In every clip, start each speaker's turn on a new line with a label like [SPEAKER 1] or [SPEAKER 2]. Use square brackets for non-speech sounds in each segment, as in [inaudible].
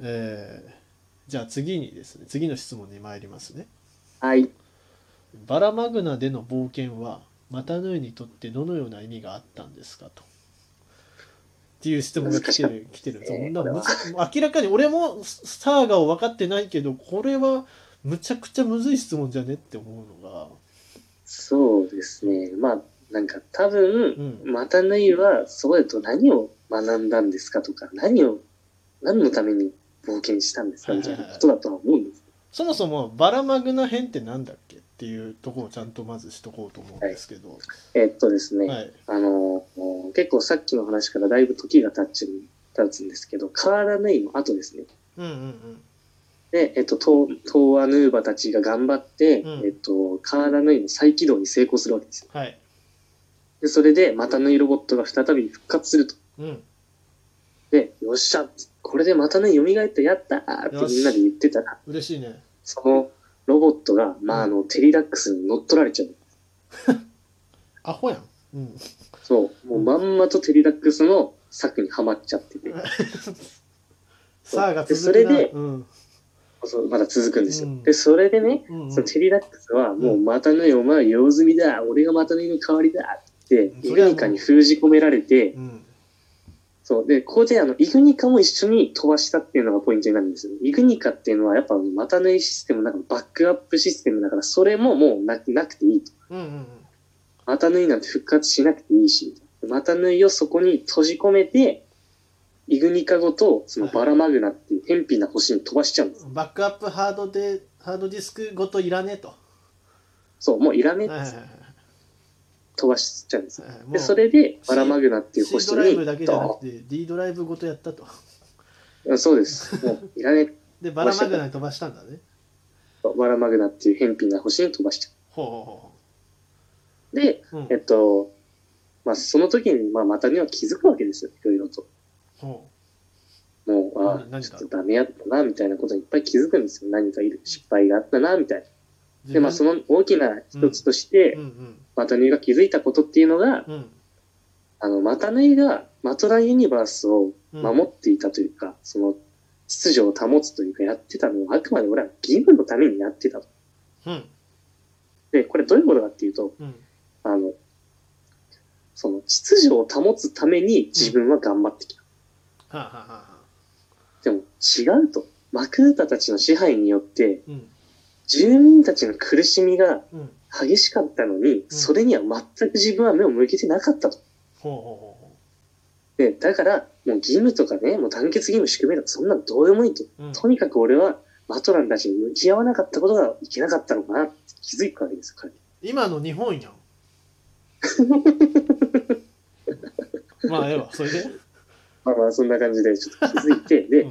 [SPEAKER 1] えーじゃあ次にですね次の質問に参りますね
[SPEAKER 2] はい。
[SPEAKER 1] バラマグナでの冒険はマタヌイにとってどのような意味があったんですかとっていう質問が来てる来てる
[SPEAKER 2] 難しかったですね
[SPEAKER 1] そんなむ
[SPEAKER 2] こ
[SPEAKER 1] ず明らかに俺もスターガを分かってないけどこれはむちゃくちゃむずい質問じゃねって思うのが
[SPEAKER 2] そうですね。まあ、なんか多分、
[SPEAKER 1] う
[SPEAKER 2] またぬいは、そこでと何を学んだんですかとか、何を、何のために冒険したんですかみたいなことだとは思うんです。
[SPEAKER 1] そもそもバラマグナ編ってなんだっけっていうところをちゃんとまずしとこうと思うんですけど、
[SPEAKER 2] えっとですね、
[SPEAKER 1] はい、
[SPEAKER 2] あの、結構さっきの話からだいぶ時が経っちゃう経つんですけど、カーラヌイの後ですね。
[SPEAKER 1] うんうん
[SPEAKER 2] で、えっと、東東アヌーバたちが頑張って、
[SPEAKER 1] うん
[SPEAKER 2] えっと、カーラヌイの再起動に成功するわけですよ。
[SPEAKER 1] うんはい
[SPEAKER 2] で、それで、またヌイロボットが再び復活すると。
[SPEAKER 1] うん
[SPEAKER 2] で、よっしゃこれでまたね、蘇ったやったーってみんなで言ってたら、
[SPEAKER 1] 嬉しいね
[SPEAKER 2] そのロボットが、まあ、あの、テリダックスに乗っ取られちゃう。
[SPEAKER 1] アホやんうん
[SPEAKER 2] そう。もうまんまとテリダックスの策にはまっちゃってて、
[SPEAKER 1] さあが続くな
[SPEAKER 2] それで
[SPEAKER 1] うん
[SPEAKER 2] そうまだ続くんですよ。
[SPEAKER 1] うん
[SPEAKER 2] で、それでね、
[SPEAKER 1] うんうん、
[SPEAKER 2] そのテリダックスは、も
[SPEAKER 1] う
[SPEAKER 2] う
[SPEAKER 1] ん
[SPEAKER 2] またね、お前は用済みだ俺がまたねの代わりだって、
[SPEAKER 1] そ
[SPEAKER 2] イ
[SPEAKER 1] れ
[SPEAKER 2] グ
[SPEAKER 1] はもう
[SPEAKER 2] ニカに封じ込められて、
[SPEAKER 1] うん
[SPEAKER 2] そう。で、ここであの、イグニカも一緒に飛ばしたっていうのがポイントになるんですよ。イグニカっていうのはやっぱ、またねシステム、なんかバックアップシステムだから、それももうななくていいと。
[SPEAKER 1] うんうん
[SPEAKER 2] また縫いなんて復活しなくていいし、また縫いをそこに閉じ込めて、イグニカごと、そのバラマグナっていう、偏僻な星に飛ばしちゃうんです。
[SPEAKER 1] うんバックアップハードでハードディスクごといらねえと、
[SPEAKER 2] そう、もういらねえ
[SPEAKER 1] はい
[SPEAKER 2] っ
[SPEAKER 1] はい
[SPEAKER 2] て
[SPEAKER 1] はい
[SPEAKER 2] 飛ばしちゃうんです。
[SPEAKER 1] はいもう
[SPEAKER 2] で、それで、バラマグナっていう
[SPEAKER 1] C
[SPEAKER 2] 星
[SPEAKER 1] ドライ
[SPEAKER 2] に
[SPEAKER 1] ブだけ、じゃなくて D ドライブごとやったと
[SPEAKER 2] ドーンそうです。もういらねえ
[SPEAKER 1] でバラマグナに飛ばしたんだね
[SPEAKER 2] と、バラマグナっていう偏僻な星に飛ばしちゃ
[SPEAKER 1] ほうほ
[SPEAKER 2] う。で、
[SPEAKER 1] うほうほう、うん
[SPEAKER 2] えっと、まあ、その時に、まあ、またには気づくわけですよ、いろいろと。
[SPEAKER 1] ほ
[SPEAKER 2] もう、あ
[SPEAKER 1] 何
[SPEAKER 2] あ、
[SPEAKER 1] 何
[SPEAKER 2] ちょ
[SPEAKER 1] が
[SPEAKER 2] っとダメやったな、みたいなことにいっぱい気づくんですよ。何かいる失敗があったな、みたいな。
[SPEAKER 1] う
[SPEAKER 2] で、まあ、その大きな一つとして、
[SPEAKER 1] うんうん
[SPEAKER 2] マタヌイが気づいたことっていうのが、
[SPEAKER 1] うん
[SPEAKER 2] あの、マタヌイがマトランユニバースを
[SPEAKER 1] うん
[SPEAKER 2] 守っていたというか、その、秩序を保つというか、やってたのはあくまで俺は義務のためにやってたと。
[SPEAKER 1] うん
[SPEAKER 2] で、これどういうことかっていうと、
[SPEAKER 1] うん
[SPEAKER 2] あの、その、秩序を保つために自分は頑張ってきた。
[SPEAKER 1] はあ、はあはあはあ、
[SPEAKER 2] でも、違うと。マクータたちの支配によって、
[SPEAKER 1] うん
[SPEAKER 2] 住民たちの苦しみが
[SPEAKER 1] うん
[SPEAKER 2] 激しかったのに、それには全く自分は目を向けてなかったと。
[SPEAKER 1] ほうほうほ
[SPEAKER 2] で、だから、もう義務とかね、もう団結義務宿命とか、そんなのどうでもいいと。
[SPEAKER 1] うほううん
[SPEAKER 2] とにかく俺は、マトランたちに向き合わなかったことがいけなかったのかなって気づくわけですよ、彼。
[SPEAKER 1] 今の日本
[SPEAKER 2] [laughs]
[SPEAKER 1] やんまあええわそれで
[SPEAKER 2] まあまあ、そんな感じで、ちょっと気づいて、で、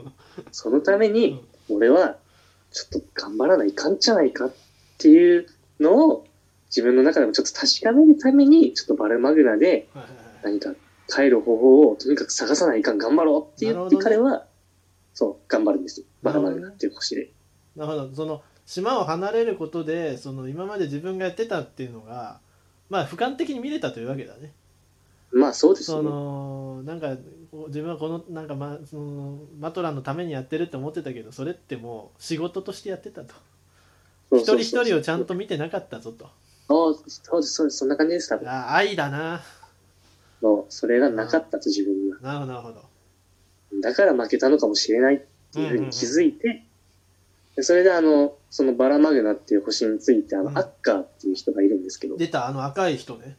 [SPEAKER 2] そのために、俺は、ちょっと頑張らないかんじゃないかっていうのを、自分の中でもちょっと確かめるために、ちょっとバルマグナで
[SPEAKER 1] はいはいはい
[SPEAKER 2] 何か帰る方法をとにかく探さないかん、頑張ろうって言って、
[SPEAKER 1] なる
[SPEAKER 2] 彼
[SPEAKER 1] ほ
[SPEAKER 2] は、そう、頑張るんですよ。バルマグナっていう星で。
[SPEAKER 1] なるほどその島を離れることでその今まで自分がやってたっていうのがまあ俯瞰的に見れたというわけだね。
[SPEAKER 2] まあ、そうです
[SPEAKER 1] そ
[SPEAKER 2] よね。
[SPEAKER 1] のなんかこう自分はこのなんか、ま、そのマトランのためにやってるって思ってたけどそれってもう仕事としてやってたと
[SPEAKER 2] そう
[SPEAKER 1] 一
[SPEAKER 2] そう
[SPEAKER 1] 人
[SPEAKER 2] そう
[SPEAKER 1] 一人をちゃんと見てなかったぞと
[SPEAKER 2] そうそうです、そうです、そんな感じです、多分。
[SPEAKER 1] あ愛だな
[SPEAKER 2] そうそれがなかったと自分には。
[SPEAKER 1] なるほどなるほど
[SPEAKER 2] だから負けたのかもしれないっていうふうに気づいて、でそれであの、そのバラマグナっていう星について、あの、
[SPEAKER 1] うん
[SPEAKER 2] アッカーっていう人がいるんですけど、
[SPEAKER 1] 出たあの赤い人ね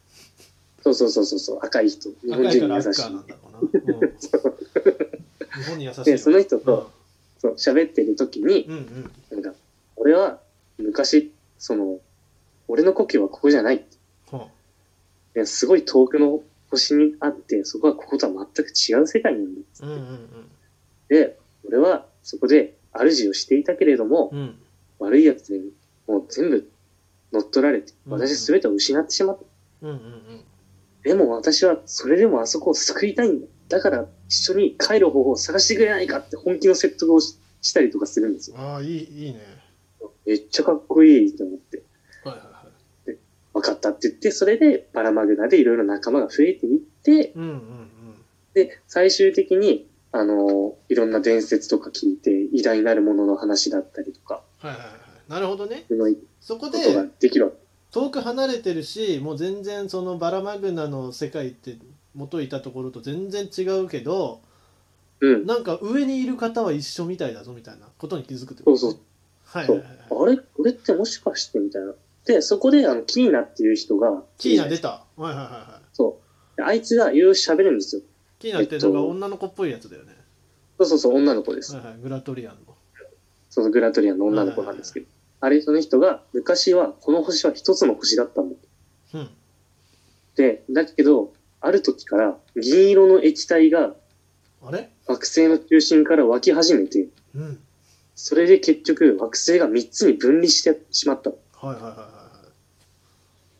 [SPEAKER 2] そうそうそうそうそう、赤い人、日本
[SPEAKER 1] 赤い
[SPEAKER 2] 人
[SPEAKER 1] から
[SPEAKER 2] に
[SPEAKER 1] ア
[SPEAKER 2] 優
[SPEAKER 1] ッカ
[SPEAKER 2] し
[SPEAKER 1] ーなんだろうな、うん日本に優しい
[SPEAKER 2] い。で、その人
[SPEAKER 1] うん
[SPEAKER 2] と、そう、喋ってる時に、
[SPEAKER 1] うんうん
[SPEAKER 2] なんか、俺は昔、その、俺の故郷はここじゃない。
[SPEAKER 1] ほ
[SPEAKER 2] ですごい遠くの星にあって、そこはこことは全く違う世界なんだ。
[SPEAKER 1] ううんうん
[SPEAKER 2] で、俺はそこで主をしていたけれども、
[SPEAKER 1] うんうん
[SPEAKER 2] 悪い奴にもう全部乗っ取られて、
[SPEAKER 1] うん
[SPEAKER 2] 私全てを失ってしまった。
[SPEAKER 1] うんうんうん
[SPEAKER 2] でも私はそれでもあそこを救いたいんだ。だから一緒に帰る方法を探してくれないかって本気の説得をししたりとかするんですよ。
[SPEAKER 1] ああいいいいね
[SPEAKER 2] めっちゃかっこいいと思って、
[SPEAKER 1] はいはいはい
[SPEAKER 2] 分かったって言って、それでバラマグナでいろいろ仲間が増えていって、
[SPEAKER 1] うんうんうん
[SPEAKER 2] で、最終的に、あの、いろんな伝説とか聞いて、偉大なるものの話だったりとか、
[SPEAKER 1] はいはいはいなるほどね
[SPEAKER 2] うまいこ
[SPEAKER 1] そこと
[SPEAKER 2] が
[SPEAKER 1] で
[SPEAKER 2] できるわけ。
[SPEAKER 1] 遠く離れてるしもう全然そのバラマグナの世界って元いたところと全然違うけど
[SPEAKER 2] うん。
[SPEAKER 1] なんか上にいる方は一緒みたいだぞみたいなことに気づくってこと
[SPEAKER 2] そうそう
[SPEAKER 1] はいは
[SPEAKER 2] そ
[SPEAKER 1] いは
[SPEAKER 2] う
[SPEAKER 1] いはい。
[SPEAKER 2] あれこれってもしかしてみたいな。で、そこで、あの、キーナっていう人が、
[SPEAKER 1] キーナ出たはいはいはいはい
[SPEAKER 2] そう。であいつがいろいろ喋るんですよ。
[SPEAKER 1] キーナってなんか女の子っぽいやつだよね、
[SPEAKER 2] そうそうそう、女の子です。
[SPEAKER 1] はいはいグラトリアンの
[SPEAKER 2] そのグラトリアンの女の子なんですけど。あれ、その人が、昔は、この星は一つの星だったんだと。
[SPEAKER 1] うん
[SPEAKER 2] で、だけど、ある時から、銀色の液体が、
[SPEAKER 1] あれ
[SPEAKER 2] 惑星の中心から湧き始めて、
[SPEAKER 1] うん
[SPEAKER 2] それで結局、惑星が3つに分離してしまったの。
[SPEAKER 1] はいはいはいは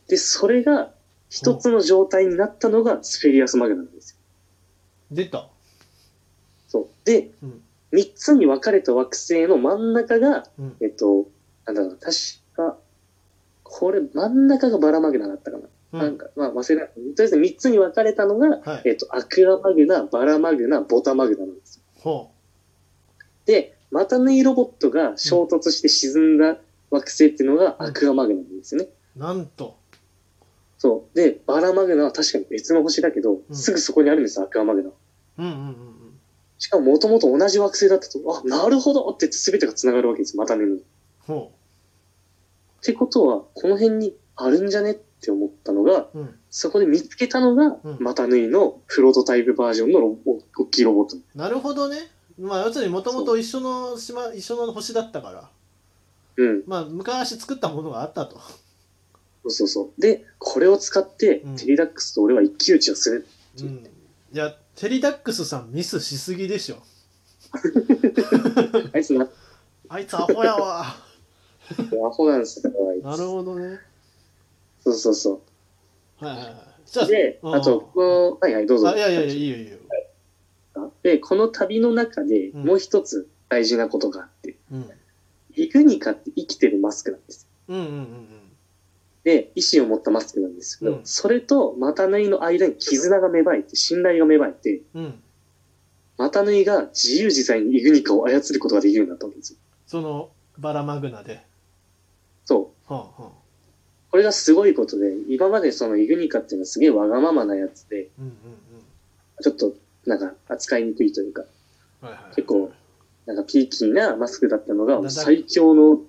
[SPEAKER 2] で、それが、一つの状態になったのが、スフェリアスマグナなんですよ。
[SPEAKER 1] い出た
[SPEAKER 2] そう。で、
[SPEAKER 1] うん
[SPEAKER 2] 3つに分かれた惑星の真ん中が、
[SPEAKER 1] うん
[SPEAKER 2] えっと、なんだろう、確か、これ、真ん中がバラマグナだったかな。
[SPEAKER 1] うん
[SPEAKER 2] なんか、まあ、忘れなとりあえず3つに分かれたのが、
[SPEAKER 1] はい
[SPEAKER 2] えっと、アクアマグナ、バラマグナ、ボタマグナなんですよ。
[SPEAKER 1] ほ
[SPEAKER 2] で、また縫いロボットが衝突して沈んだ惑星っていうのが、
[SPEAKER 1] うん
[SPEAKER 2] アクアマグナなんですよね。
[SPEAKER 1] うなんと
[SPEAKER 2] そう。で、バラマグナは確かに別の星だけど、
[SPEAKER 1] うん
[SPEAKER 2] すぐそこにあるんですよ、アクアマグナ。
[SPEAKER 1] うんうんうんうん
[SPEAKER 2] しかも、もともと同じ惑星だったと、あ、なるほどって言って全てが繋がるわけですよ、また縫いに。
[SPEAKER 1] ほ
[SPEAKER 2] ってことは、この辺にあるんじゃねって思ったのが、
[SPEAKER 1] ううん
[SPEAKER 2] そこで見つけたのが
[SPEAKER 1] うん、
[SPEAKER 2] マタヌイのプロトタイプバージョンのロボ大きいロボット。
[SPEAKER 1] なるほどねまあ要するにもともと一緒の島一緒の星だったから
[SPEAKER 2] うん、
[SPEAKER 1] まあ昔作ったものがあったと
[SPEAKER 2] そうそうそう。で、これを使って
[SPEAKER 1] うん、
[SPEAKER 2] テリダックスと俺は一騎打ちをする。
[SPEAKER 1] うんいやテリダックスさんミスしすぎでしょ
[SPEAKER 2] あいつな、
[SPEAKER 1] あいつアホやわ
[SPEAKER 2] アホなんですよ、あい
[SPEAKER 1] [laughs]
[SPEAKER 2] つ
[SPEAKER 1] なるほどね
[SPEAKER 2] そうそうそ
[SPEAKER 1] はいはいはいじゃ
[SPEAKER 2] う。で、
[SPEAKER 1] うん
[SPEAKER 2] あと、この、はいはい、どうぞ。
[SPEAKER 1] あいやいやいやいいよいいよ
[SPEAKER 2] で、この旅の中で
[SPEAKER 1] うん
[SPEAKER 2] もう一つ大事なことがあって、
[SPEAKER 1] うん
[SPEAKER 2] イグニカって生きてるマスクなんです。
[SPEAKER 1] うんうんうん
[SPEAKER 2] で、意志を持ったマスクなんですけど、
[SPEAKER 1] うん
[SPEAKER 2] それとマタヌイの間に絆が芽生えて、信頼が芽生えて、
[SPEAKER 1] うんうん
[SPEAKER 2] マタヌイが自由自在にイグニカを操ることができるようになったわけですよ。
[SPEAKER 1] そのバラマグナで
[SPEAKER 2] そう。
[SPEAKER 1] はあはあ
[SPEAKER 2] これがすごいことで、今までそのイグニカっていうのはすげえわがままなやつで、
[SPEAKER 1] うんうん
[SPEAKER 2] ちょっとなんか扱いにくいというか、
[SPEAKER 1] うんはいはい
[SPEAKER 2] 結構なんかピーキーなマスクだったのが
[SPEAKER 1] だだ
[SPEAKER 2] 最強の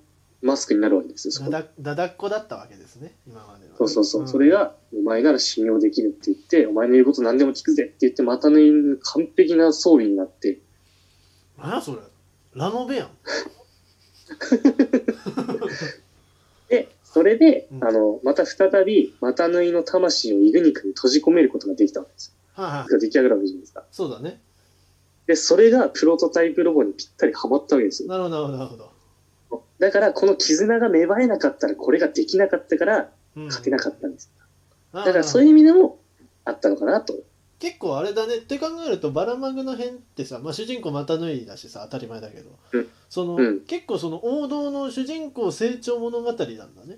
[SPEAKER 2] マスクになるわけですよ、そこ
[SPEAKER 1] だだだだっこだったわけですね今までは
[SPEAKER 2] そうそうそう。
[SPEAKER 1] ん
[SPEAKER 2] それが、お前なら信用できるって言って、お前の言うこと何でも聞くぜって言って、マタヌイの完璧な装備になって、
[SPEAKER 1] 何やそれラノベやん
[SPEAKER 2] で、それで、
[SPEAKER 1] うん
[SPEAKER 2] あの、また再び、マタヌイの魂をイグニカに閉じ込めることができたわけですよ。
[SPEAKER 1] はいはい
[SPEAKER 2] が出来上がるわけじゃないですか。
[SPEAKER 1] そうだね
[SPEAKER 2] で、それがプロトタイプロボにぴったりハマったわけですよ。
[SPEAKER 1] なるほどなるほどなるほど
[SPEAKER 2] だから、この絆が芽生えなかったら、これができなかったから、
[SPEAKER 1] うん
[SPEAKER 2] 勝てなかったんです。
[SPEAKER 1] だ
[SPEAKER 2] だから、そういう意味でも、あったのかなと。
[SPEAKER 1] 結構あれだねって考えるとバラマグの辺ってさ、まあ、主人公また脱いだしさ当たり前だけど、
[SPEAKER 2] うん
[SPEAKER 1] その
[SPEAKER 2] うん
[SPEAKER 1] 結構その王道の主人公成長物語なんだね。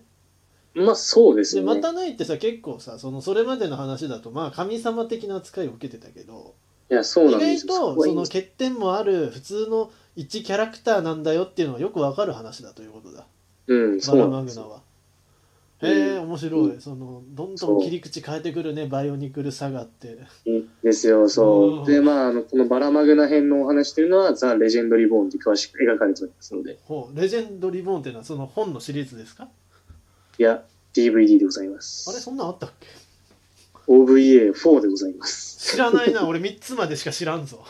[SPEAKER 2] まあ、そうです
[SPEAKER 1] で
[SPEAKER 2] よ
[SPEAKER 1] ま
[SPEAKER 2] ね。
[SPEAKER 1] た脱いってさ結構さそのそれまでの話だとまあ神様的な扱いを受けてたけど
[SPEAKER 2] いや、そう
[SPEAKER 1] 意
[SPEAKER 2] なんで
[SPEAKER 1] 外
[SPEAKER 2] すよ。そことは
[SPEAKER 1] そ
[SPEAKER 2] いいん
[SPEAKER 1] の
[SPEAKER 2] です
[SPEAKER 1] 欠点もある普通の一キャラクターなんだよっていうのはよくわかる話だということだ
[SPEAKER 2] うん、
[SPEAKER 1] バ
[SPEAKER 2] そ
[SPEAKER 1] ラ
[SPEAKER 2] うな
[SPEAKER 1] マ
[SPEAKER 2] んで
[SPEAKER 1] グ
[SPEAKER 2] す
[SPEAKER 1] ナ
[SPEAKER 2] よ。
[SPEAKER 1] は。へえ
[SPEAKER 2] う
[SPEAKER 1] 面白いそのどんど
[SPEAKER 2] そ
[SPEAKER 1] ん
[SPEAKER 2] う
[SPEAKER 1] 切り口変えてくるねバイオニクルサガって。
[SPEAKER 2] いいですよ、そう。
[SPEAKER 1] うん
[SPEAKER 2] で、まあ、あの、このバラマグナ編のお話というのは、ザ・レジェンド・リボーンで詳しく描かれておりますので、
[SPEAKER 1] ほうレジェンドリボーンっていうのはその本のシリーズですか
[SPEAKER 2] いや、DVD でございま
[SPEAKER 1] あれ
[SPEAKER 2] す。
[SPEAKER 1] そんなんあったっけ
[SPEAKER 2] OVA4 でございます。
[SPEAKER 1] 知らない
[SPEAKER 2] [laughs]
[SPEAKER 1] な俺3つまでしか知らんぞ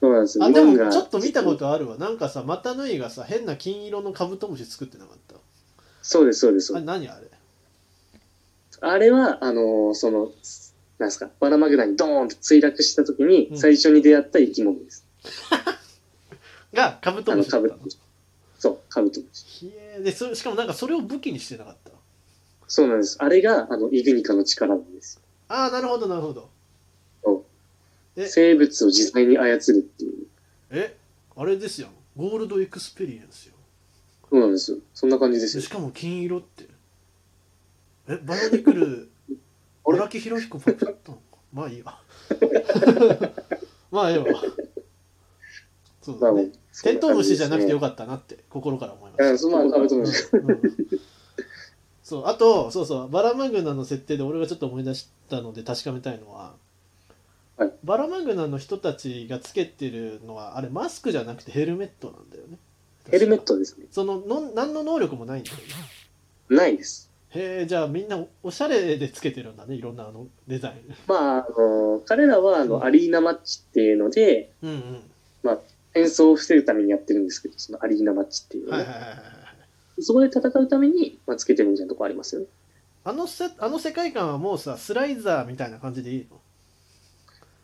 [SPEAKER 2] そうなんですよ。
[SPEAKER 1] あで
[SPEAKER 2] 日本
[SPEAKER 1] も
[SPEAKER 2] が
[SPEAKER 1] ちょっと見たことあるわなんかさまたぬいがさ変な金色のカブトムシ作ってなかっ
[SPEAKER 2] そうです、そうです。
[SPEAKER 1] た
[SPEAKER 2] そ
[SPEAKER 1] あれ
[SPEAKER 2] うで
[SPEAKER 1] 何
[SPEAKER 2] す
[SPEAKER 1] あれ
[SPEAKER 2] あれは、あのーその、なんですか、バラマグナにドーンと墜落した時に
[SPEAKER 1] うん、
[SPEAKER 2] 最初に出会った生き物です。
[SPEAKER 1] がカブト
[SPEAKER 2] あ
[SPEAKER 1] ム
[SPEAKER 2] の、
[SPEAKER 1] シだ
[SPEAKER 2] カ
[SPEAKER 1] ったの
[SPEAKER 2] ブトムシ。そう、カブトムシ。
[SPEAKER 1] ひえでそれしかもなんかそれを武器にしてなかった
[SPEAKER 2] そうなんです。あれが、あの、イグニカの力なんです。
[SPEAKER 1] ああなるほどなるほどえ
[SPEAKER 2] 生物を自在に操るっていう。
[SPEAKER 1] えあれですよゴールドエクスペリエンスよ
[SPEAKER 2] そうなんですよ。そんな感じです
[SPEAKER 1] で
[SPEAKER 2] よ
[SPEAKER 1] し。かも金色ってえバイオニクル
[SPEAKER 2] あれ
[SPEAKER 1] 荒木博彦パク
[SPEAKER 2] [laughs]
[SPEAKER 1] ったのかまあいいわまあええわそうだ
[SPEAKER 2] まあ、
[SPEAKER 1] ね。
[SPEAKER 2] そ
[SPEAKER 1] テ
[SPEAKER 2] ん
[SPEAKER 1] ン
[SPEAKER 2] な
[SPEAKER 1] トウ
[SPEAKER 2] 感
[SPEAKER 1] ム
[SPEAKER 2] じで
[SPEAKER 1] シ
[SPEAKER 2] す
[SPEAKER 1] じ
[SPEAKER 2] ね
[SPEAKER 1] ゃなくてよかったなって心から思いま
[SPEAKER 2] う
[SPEAKER 1] し
[SPEAKER 2] ん、そう、まあ、カブトムシ。
[SPEAKER 1] た。うんそうあとそうそうバラマグナの設定で俺がちょっと思い出したので確かめたいのは、
[SPEAKER 2] はい
[SPEAKER 1] バラマグナの人たちがつけてるのはあれマスクじゃなくてヘルメットなんだよね
[SPEAKER 2] ヘルメットですね。
[SPEAKER 1] そのの何の能力もないんだよね
[SPEAKER 2] ないです。
[SPEAKER 1] へえじゃあみんなおおしゃれでつけてるんだねいろんなあのデザイン
[SPEAKER 2] まあ、あの、彼らは、あ
[SPEAKER 1] うん
[SPEAKER 2] の、アリーナマッチっていうので、
[SPEAKER 1] うんう
[SPEAKER 2] 戦争を防ぐためにやってるんですけど、そのアリーナマッチっていうの
[SPEAKER 1] ん
[SPEAKER 2] ね
[SPEAKER 1] はいはいはいはいはい
[SPEAKER 2] そこで戦うために、まあ、つけてるみたいなとこありますよね。
[SPEAKER 1] あのせあの世界観はもうさスライザーみたいな感じでいいの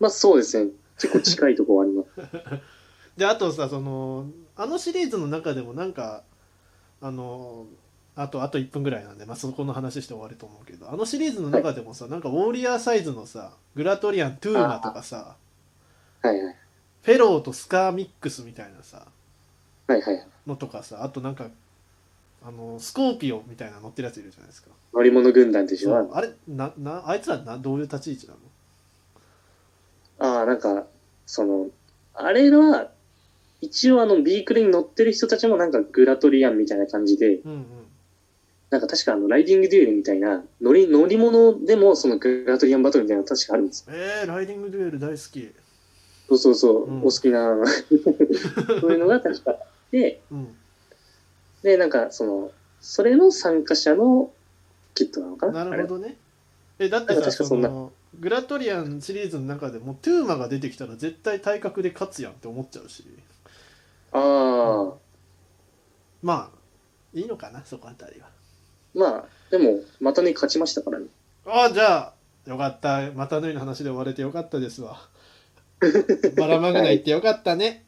[SPEAKER 2] まあ、そうですね。結構近いとこはあります。
[SPEAKER 1] であとさそのあのシリーズの中でもなんかあのあとあと1分ぐらいなんで、まあ、そこの話して終わると思うけどあのシリーズの中でもさ、なんかウォーリアーサイズのさグラトリアントゥーマとかさ
[SPEAKER 2] はいはい。
[SPEAKER 1] フェローとスカーミックスみたいなさ
[SPEAKER 2] はいはい。
[SPEAKER 1] のとかさあとなんかあのスコーピオみたいな乗ってるやついるじゃないですか
[SPEAKER 2] 乗り物軍団として
[SPEAKER 1] そ
[SPEAKER 2] は
[SPEAKER 1] う、あれななあいつらなどういう立ち位置なの
[SPEAKER 2] ああ、なんか、その、あれは、一応あの、ビークルに乗ってる人たちもなんかグラトリアンみたいな感じで、
[SPEAKER 1] うんうん
[SPEAKER 2] なんか確かあの、ライディングデュエルみたいな、乗り、乗り物でもそのグラトリアンバトルみたいなの確かあるんですよ。
[SPEAKER 1] えー、ライディングデュエル大好き
[SPEAKER 2] そうそうそう、
[SPEAKER 1] うん
[SPEAKER 2] お好きな、 [laughs] あのそういうのが確かあって、
[SPEAKER 1] うん
[SPEAKER 2] で、なんかその、それの参加者のキットなのかな
[SPEAKER 1] なるほ
[SPEAKER 2] ど。
[SPEAKER 1] どね。えだって
[SPEAKER 2] なん
[SPEAKER 1] さ
[SPEAKER 2] か
[SPEAKER 1] そ
[SPEAKER 2] 確かそんな
[SPEAKER 1] のグラトリアンシリーズの中でもトゥーマが出てきたら絶対体格で勝つやんって思っちゃうし
[SPEAKER 2] あれあー、
[SPEAKER 1] まあいいのかなそこあたりは。
[SPEAKER 2] まあ、でも、またね、勝ちましたからね。
[SPEAKER 1] ああじゃあよか
[SPEAKER 2] [laughs]
[SPEAKER 1] ったまたのような話で終われてよかったですわ。バラマグナ行ってよかったね。